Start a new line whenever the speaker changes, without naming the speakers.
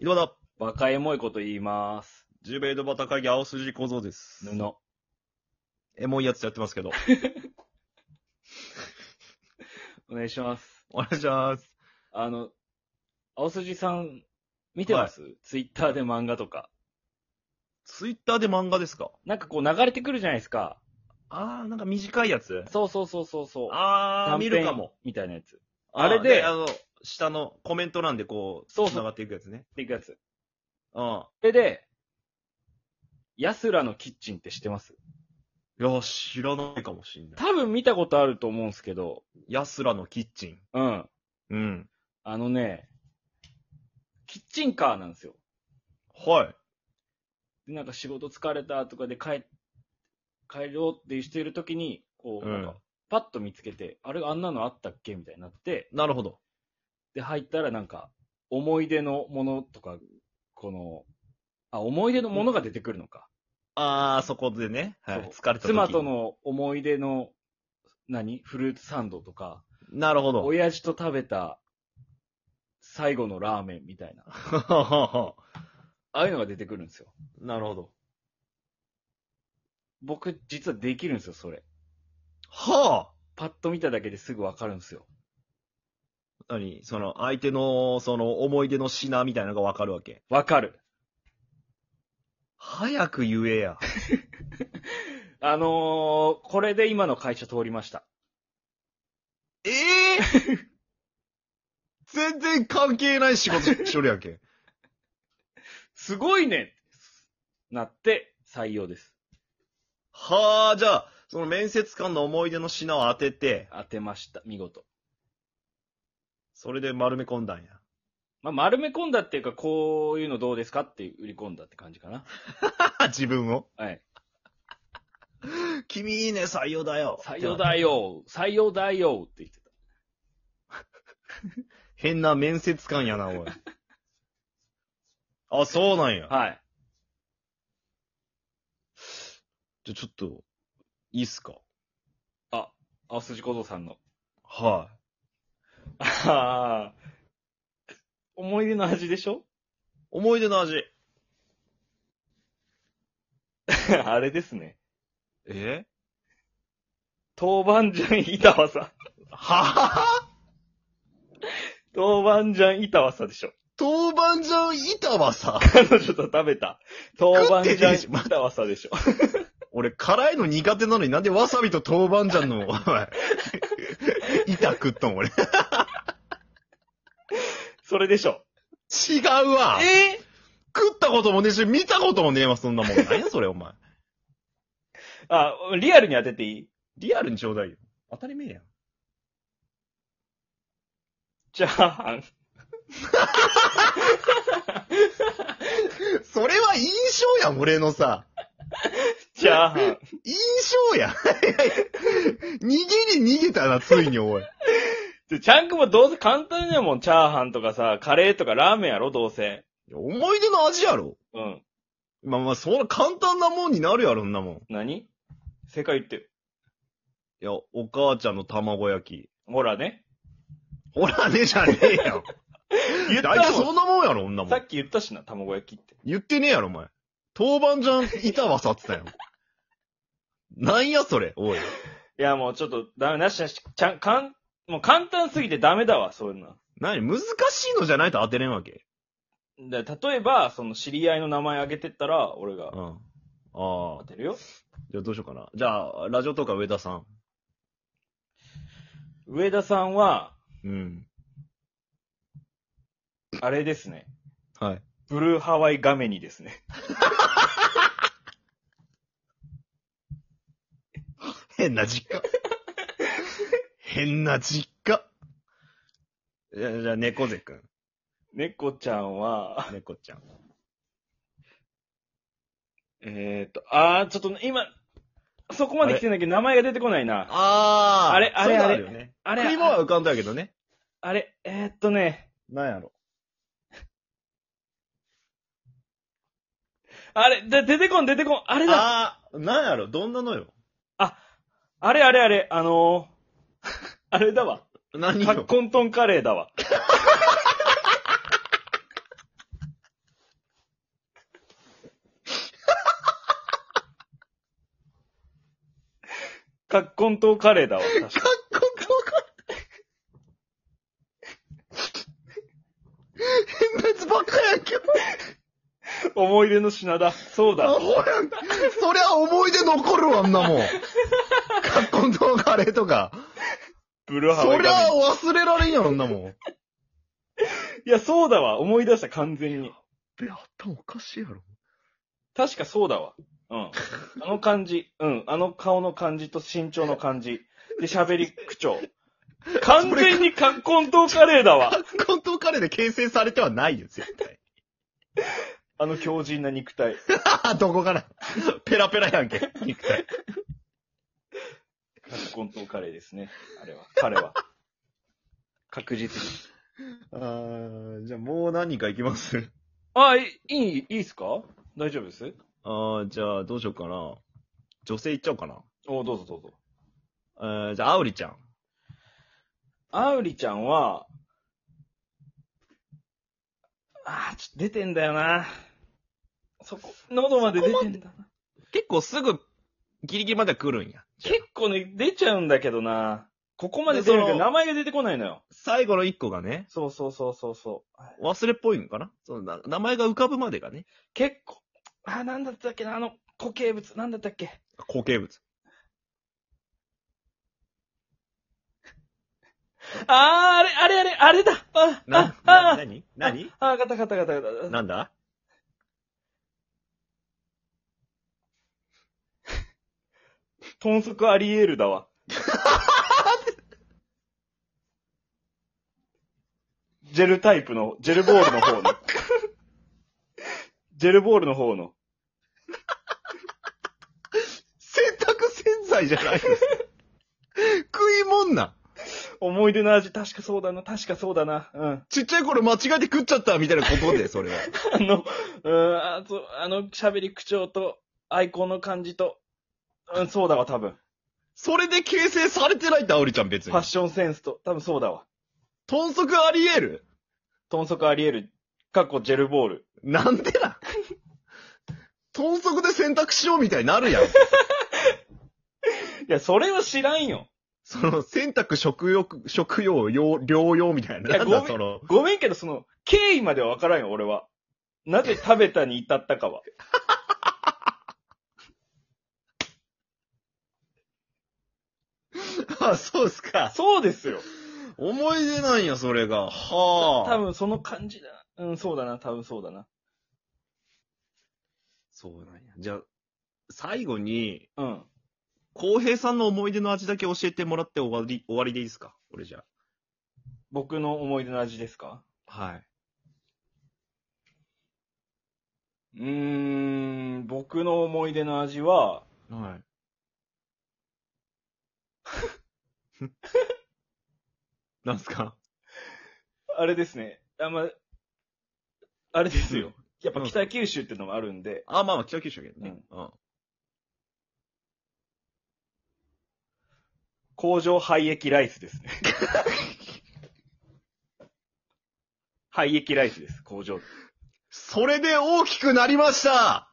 井戸田、
バカエモいこと言います。
ジュベイドバタ会議青筋小僧です。
布。
エモいやつやってますけど。
お願いします。
お願いします。
あの、青筋さん、見てます、ツイッターで漫画とか。
ツイッターで漫画ですか
なんかこう流れてくるじゃないですか。
あー、なんか短いやつ
そうそうそうそうそう。
あー、
短
見
編
るかも。。
みたいなやつ。
ー
あれで
あの、下のコメント欄でこう、
そうそう
繋がっていくやつね。
っていくやつ。
うん。
それで、安らのキッチンって知ってます
いやー、知らないかもしんない。
多分見たことあると思うんですけど、
安らのキッチン。
うん。
うん。
あのね、キッチンカーなんですよ。
はい。
で、なんか仕事疲れたとかで帰、帰ろうってしてるときに、こう、
うん
なんか、パッと見つけて、あれ、あんなのあったっけみたいになって、
なるほど。
で、入ったらなんか、思い出のものとか、この、あ、思い出のものが出てくるのか。
あー、そこでね。はい。
そう
疲れた時
妻と。の思い出の、何フルーツサンドとか、
なるほど。
親父と食べた、最後のラーメンみたいな。ああいうのが出てくるんですよ。
なるほど。
僕、実はできるんですよ、それ。
はあ
パッと見ただけですぐわかるんですよ。
何その、相手の、その、思い出の品みたいなのがわかるわけ。
わかる。
早く言えや。
あのー、これで今の会社通りました。
ええ 全然関係ない仕事しとるやんけ。
すごいねなって、採用です。
はあ、じゃあ、その面接官の思い出の品を当てて、
当てました、見事。
それで丸め込んだんや。
まあ、丸め込んだっていうか、こういうのどうですかって売り込んだって感じかな。
自分を
はい。
君いいね、採用だよ。
採用。だよ採用だよって言ってた。
変な面接官やな、 おい。あ、そうなんや。
はい。
じゃ、ちょっと、いいっすか。
青筋小僧さんの。
は
ああ。思い出の味でしょ
い。思い出の味。
あれですね。
え
豆板醤板わさ。
ははは
豆板醤板わさでしょ。
豆板醤板はさ、
彼女と食べた豆板醤板わさでしょ。
俺辛いの苦手なのになんでわさびと豆板醤 の、お前、板食っとん俺。違
それでしょ。
うわ
え
食ったこともねえし、見たこともねえわ、そんなもん。何やそれ、お前。
あ、リアルに当てていい
リアルにちょうだいよ。当たり前やん。
チャーハン。
それは印象やん、俺のさ。
チャーハン。
印象 やん。逃げに逃げたな、ついに、おい。
でちゃんくんもどうせ簡単やもん。チャーハンとかさ、カレーとかラーメンやろ、どうせ。
思い出の味やろ。
うん。
まあまあ、そんな簡単なもんになるやろ、んなもん。
何正解言ってよ。
いや、お母ちゃんの卵焼き。
ほらね。
ほらね、じゃねえよ。
言った
大体そ
も
んなもんやろ、女
ん。
も
さ
ん。
っき言ったしな、卵焼きって。
言ってねえやろ、お前。豆板醤板わさってたよ。 なんや、それ、おい。
いや、もうちょっと、ダメなしなし、ちゃん、かん、もう簡単すぎてダメだわ、そういうのは。
なに、難しいのじゃないと当てれんわけ。
で例えば、その知り合いの名前あげてったら、俺が
うん。あ
当
あ。
てるよ。
じゃあどうしようかな。じゃあ、ラジオとか上田さん。
上田さんは、
うん。
あれですね。
はい。
ブルーハワイ画面にですね。
変な実 家。変な実家。じゃあ、じゃあ猫背くん。
猫ちゃんは、
猫ちゃん。
えーっと、あー、ちょっと今、そこまで来てないけど、名前が出てこないな。
あ
ー
あれ、あれ、あ
そう
れ。
いうのあるよ
ね、
あれ、
食い物
あ
は浮かんだけどね。
あれ、えーっとね、
なんやろ。
あれ、で出てこん、出てこん、あれだ、あ
ああ、なんやろ、どんなのよ。
れあれあれ、あのー あれだわ。
何
カッコントンカレーだわ。カッコン島カレー だわ。
かっこ変なやつばっかやんけ。
思い出の品だ。そう
ア
だ。
ホやん。そりゃ思い出残るわ、あんなもん。カッコンとカレーとか。
ブルーハワ
そ
イ
りゃ
ラーメン
忘れられんやろ、あんなもん。
いや、そうだわ。思い出した、完全に。
で、頭おかしいやろ。
確かそうだわ。うん。 あの感じ。うん。あの顔の感じと身長の感じ。で、喋り口調。完全にカッコン島カレーだわ
カ。ッコンとカレーで形成されてはないよ、絶対。
あの強靭な肉体。
どこかな。ペラペラやんけ、肉体。
カッコン島カレーですね。あれは。彼は。確実に。
あー、じゃあもう何かいきます
あ、いいい、いいっすか大丈夫です
あー、じゃあどうしようかな。女性いっちゃおうかな。
おどうぞどうぞ。
えー、じゃあ、あおりちゃん。
あうりちゃんは、あーちょっと出てんだよな。そこ、喉まで出てんだな。
結構すぐ、ギリギリまで来るんや。
結構ね、出ちゃうんだけどな。ここまで出るけ
そ
ど、
の
名前が出てこないのよ。
最後の一個がね、
そうそうそうそうそう。
忘れっぽいのかなそのな名前が浮かぶまでがね、
結構、あー、なんだったっけな、あの、固形物、なんだったっけ。
固形物。
あー、あれ、あれ、あれ、あれだあ、あ
な、、な、
あ
なになに
あ、あ、ガタガタガタガタ。
なんだ
豚足ありエールだ わ。ジェルタイプの、ジェルボールの方 の。ジェルボールの方の。
洗濯洗剤じゃないです。 食いもんな。
思い出の味、確かそうだな、確かそうだな。うん。
ちっちゃい頃間違えて食っちゃったみたいなことで、それは。
あの、うん、あと、あの、喋り口調と、アイコンの感じと、うん、そうだわ、多分。
それで形成されてないって、あおりちゃん別
フ
に
ァッ。ションセンスと、多分そうだわ。
豚足あり得る
豚足ありエール、かっこジェルボール。
なんでな豚足で洗濯しようみたいになるやん。
いや、それは知らんよ。
その、洗濯、食欲、食用、用療養みたいな。
い
な
や
ん
ごめ
だ、
ん
その。
ごめんけど、その、経緯までは分からんよ、俺は。なぜ食べたに至ったかは。
あ、そうっすか。
そうですよ。
思い出なんや、それが。はあ。
多分その感じだな。うん、そうだな、多分そうだな。
そうなんや。じゃあ、最後に、
うん。
浩平さんの思い出の味だけ教えてもらって終わり、終わりでいいですかこれじゃ
僕の思い出の味ですか
あ。はい。
うーん、僕の思い出の味は、
はい。 なんすか
あれですね。あんま、あれです
う
よ
ん。
やっぱ北九州ってのもあるんで、
あ、まあまあ、北九州やけどね。うん。
工場廃液ライスですね。 廃液ライスです、工場。
それで大きくなりました